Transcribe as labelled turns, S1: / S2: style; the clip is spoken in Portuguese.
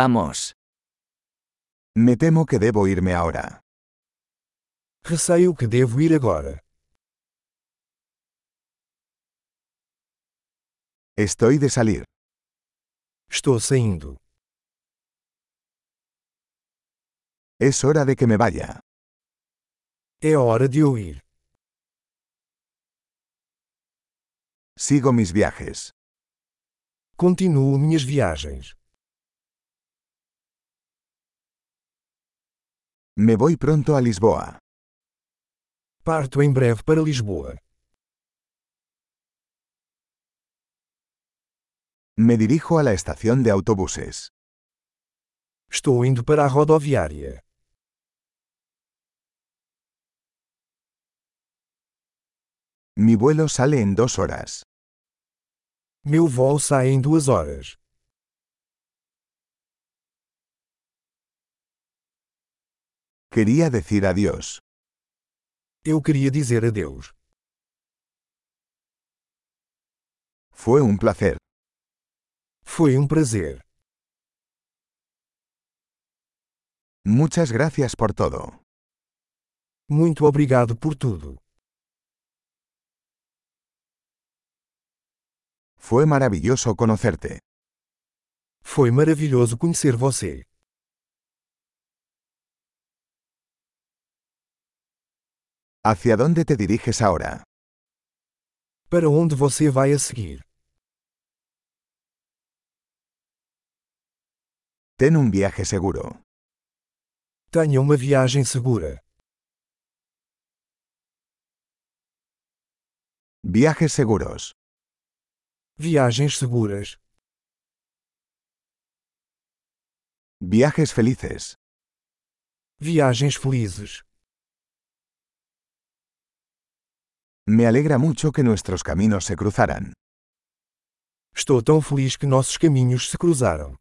S1: Vamos.
S2: Me temo que debo irme ahora.
S3: Receio que devo ir agora.
S2: Estoy de salir.
S3: Estou saindo.
S2: Es hora de que me vaya.
S3: É hora de eu ir.
S2: Sigo mis viajes.
S3: Continuo minhas viagens.
S2: Me voy pronto a Lisboa.
S3: Parto em breve para Lisboa.
S2: Me dirijo a la estación de autobuses.
S3: Estou indo para a rodoviária.
S2: Mi vuelo sale en dos horas.
S3: Meu voo sai em duas horas.
S2: Quería decir adiós.
S3: Eu queria dizer adeus.
S2: Fue un placer.
S3: Foi um prazer.
S2: Muchas gracias por todo.
S3: Muito obrigado por tudo.
S2: Fue maravilloso conocerte.
S3: Foi maravilhoso conhecer você.
S2: ¿Hacia dónde te diriges ahora?
S3: Para onde você vai a seguir?
S2: Ten un viaje seguro.
S3: Tenha uma viagem segura.
S2: Viajes seguros.
S3: Viagens seguras.
S2: Viajes felices.
S3: Viagens felizes.
S2: Me alegra mucho que nuestros caminos se cruzaran.
S3: Estou tão feliz que nossos caminhos se cruzaram.